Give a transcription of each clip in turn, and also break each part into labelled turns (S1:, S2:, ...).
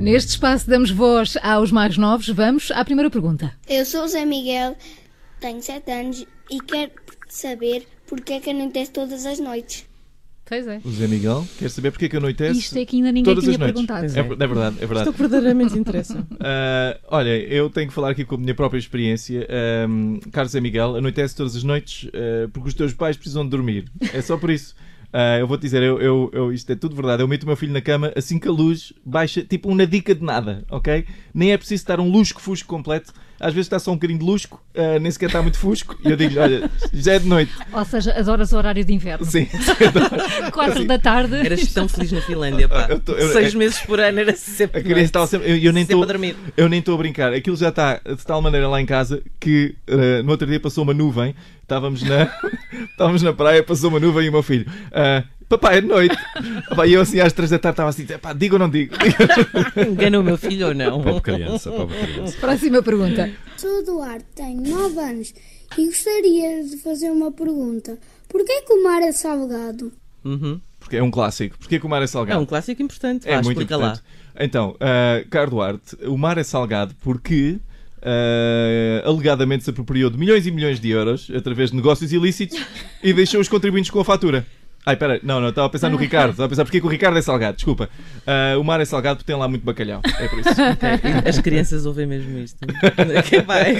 S1: Neste espaço damos voz aos mais novos. Vamos à primeira pergunta.
S2: Eu sou o Zé Miguel, tenho 7 anos e quero saber porque é que anoitece todas as noites.
S1: Pois é.
S3: O Zé Miguel quer saber porque é que anoitece
S1: Isto é que ainda ninguém
S3: todas
S1: tinha
S3: as noites.
S1: perguntado.
S3: É, ver- é verdade, é verdade.
S4: Estou que verdadeiramente interessa.
S3: Ah, olha, eu tenho que falar aqui com a minha própria experiência. Ahm, Carlos Zé Miguel, anoitece todas as noites ah, porque os teus pais precisam de dormir. É só por isso. Ah, eu vou te dizer, eu, eu- eu- isto é tudo verdade. Eu meto o meu filho na cama assim que a luz baixa, tipo uma dica de nada, ok? Nem é preciso estar um lusco-fusco completo. Às vezes está só um bocadinho de lusco, ah, nem sequer está muito fusco. E eu digo, olha, já é de noite.
S1: Ou seja, as horas do horário de inverno.
S3: Sim,
S1: Quatro da tarde.
S5: Eras tão feliz na Finlândia, pá.
S3: Eu tô- eu-
S5: Seis
S3: é-
S5: meses por ano era sempre.
S3: A criança estava sempre. Eu, eu nem
S5: é? Sempre
S3: estou.
S5: a dormir.
S3: Eu nem estou a brincar. Aquilo já está de tal maneira lá em casa que eh, no outro dia passou uma nuvem. Estávamos na, estávamos na praia, passou uma nuvem e o meu filho. ah, Papai, é de noite. Pá, E eu assim às três da tarde estava assim, pá, digo ou não digo?
S5: Enganou o meu filho ou
S3: É um
S5: não?
S6: Pobre criança, pobre criança.
S1: Próxima pergunta.
S7: Sou o Duarte, tenho 9 anos e gostaria de fazer uma pergunta. Porquê que o mar é salgado?
S5: Uhum.
S3: Porque é um clássico. Porquê que o mar é
S5: É
S3: salgado?
S5: um clássico importante.
S3: É
S5: Vá,
S3: muito
S5: explica
S3: importante. Então, ah, Caro Duarte, o mar é salgado porque ah, alegadamente se apropriou de milhões e milhões de euros através de negócios ilícitos e deixou os contribuintes com a fatura. Ai, peraí, não, não, estava a pensar no Ricardo, estava a pensar porque é que o Ricardo é salgado, desculpa. Ah, o mar é salgado porque tem lá muito bacalhau, é por isso.
S5: lá. As crianças ouvem mesmo isto. Que vai.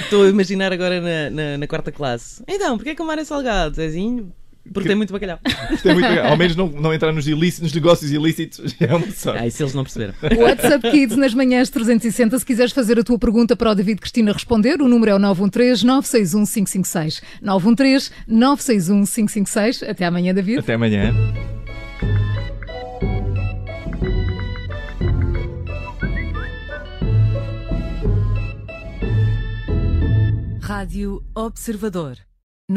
S5: Estou a imaginar agora na, na, na quarta classe. Então, porquê que o mar é salgado, Zezinho? Porque tem muito bacalhau.
S3: Porque tem muito bacalhau. Ao menos não, não entrar nos, ilícitos, nos negócios ilícitos é uma sorte.
S5: Ah, isso eles não perceberam.
S1: WhatsApp Kids nas manhãs 360. Se quiseres fazer a tua pergunta para o David Cristina responder, o número é o 913-961-556. 913-961-556. Até amanhã, David.
S3: Até amanhã.
S8: Rádio Observador. No-